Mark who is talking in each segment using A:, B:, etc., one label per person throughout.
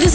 A: this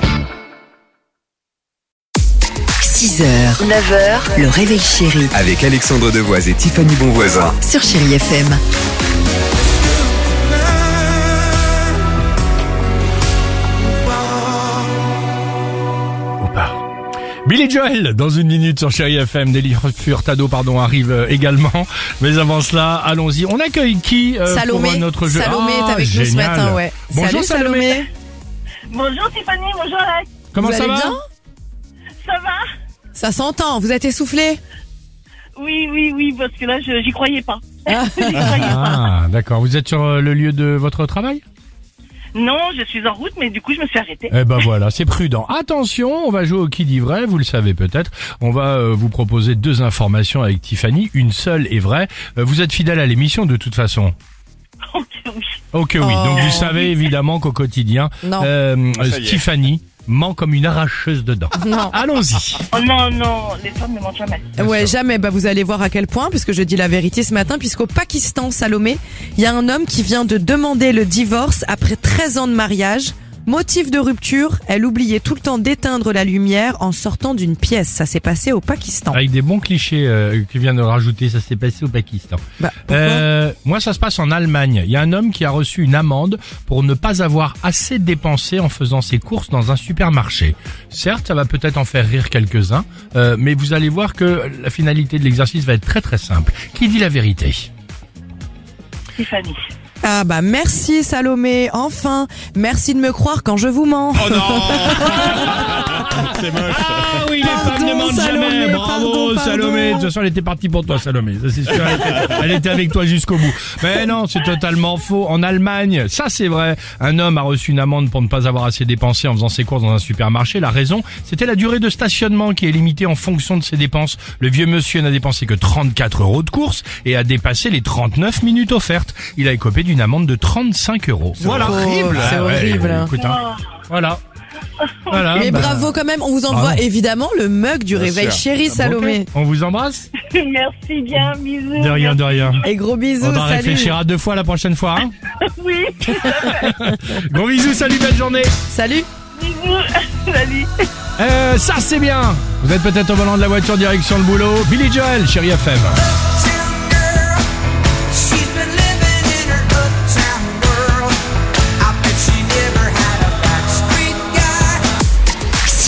B: 6h, 9h, le réveil chéri
C: Avec Alexandre Devoise et Tiffany Bonvoisin.
B: sur Chérie FM.
D: Euh, ou pas. Billy Joel, dans une minute sur Chéri FM, Nelly Furtado, pardon, arrive euh, également. Mais avant cela, allons-y. On accueille qui euh,
E: Salomé.
D: pour notre jeu
E: Salomé est
D: Ah,
E: avec nous ce
D: génial.
E: matin, ouais.
D: Bonjour
E: Salut,
D: Salomé.
E: Salomé.
F: Bonjour Tiffany, bonjour Alex.
D: Comment
E: Vous
D: ça
E: allez
D: va
E: bien
F: Ça va
E: Ça s'entend, vous êtes essoufflé
F: Oui, oui, oui, parce que là, je- j'y croyais pas. J'y croyais pas.
D: Ah, d'accord. Vous êtes sur euh, le lieu de votre travail
F: Non, je suis en route, mais du coup, je me suis arrêtée.
D: Eh ben voilà, c'est prudent. Attention, on va jouer au qui dit vrai, vous le savez peut-être. On va euh, vous proposer deux informations avec Tiffany, une seule est vraie. Euh, vous êtes fidèle à l'émission de toute façon.
F: Donc, oui.
D: Ok oui,
E: Oh.
D: donc vous savez évidemment qu'au quotidien,
E: Non.
D: euh,
G: ça y est.
D: Tiffany ment comme une arracheuse de dents. Allons-y.
F: Oh non, non, les femmes ne mentent jamais.
D: Bien
E: ouais,
D: sûr.
E: jamais. Bah, vous allez voir à quel point, puisque je dis la vérité ce matin, puisqu'au Pakistan, Salomé, il y a un homme qui vient de demander le divorce après 13 ans de mariage. Motif de rupture, elle oubliait tout le temps d'éteindre la lumière en sortant d'une pièce. Ça s'est passé au Pakistan.
D: Avec des bons clichés euh, que vient de rajouter, ça s'est passé au Pakistan.
E: Bah, pourquoi
D: Euh, moi, ça se passe en Allemagne. Il y a un homme qui a reçu une amende pour ne pas avoir assez dépensé en faisant ses courses dans un supermarché. Certes, ça va peut-être en faire rire quelques-uns, euh, mais vous allez voir que la finalité de l'exercice va être très très simple. Qui dit la vérité
F: Tiffany.
E: Ah bah merci Salomé, enfin, merci de me croire quand je vous mens.
G: Oh non C'est moche.
D: Ah oui, les
E: Pardon,
D: femmes ne mentent
E: Salomé,
D: jamais. Bravo,
E: pardon, pardon.
D: Salomé. De toute façon, elle était partie pour toi, Salomé. Ça, c'est sûr. Elle était, elle était avec toi jusqu'au bout. Mais non, c'est totalement faux. En Allemagne, ça c'est vrai. Un homme a reçu une amende pour ne pas avoir assez dépensé en faisant ses courses dans un supermarché. La raison, c'était la durée de stationnement qui est limitée en fonction de ses dépenses. Le vieux monsieur n'a dépensé que 34 euros de course et a dépassé les 39 minutes offertes. Il a écopé d'une amende de 35 euros. Voilà.
E: horrible. C'est
D: Ah ouais,
E: horrible.
D: écoute, hein. Voilà. Voilà.
E: Mais
D: bah.
E: bravo quand même, on vous envoie
D: Bravo. Ah
E: évidemment le mug du
G: Bien
E: réveil
G: sûr.
E: chéri Salomé.
D: Ok, On vous embrasse.
F: Merci bien, bisous.
D: De rien, de rien.
E: Et gros bisous,
D: On en
E: salut.
D: réfléchira deux fois la prochaine fois. Hein
F: Oui,
D: Gros bisous, salut, belle journée.
E: Salut.
F: bisous. Salut.
D: Euh, ça c'est bien. Vous êtes peut-être au volant de la voiture direction le boulot. Billy Joel, chérie FM.
H: She's been living in her uptown world. I bet she never had a backstreet guy.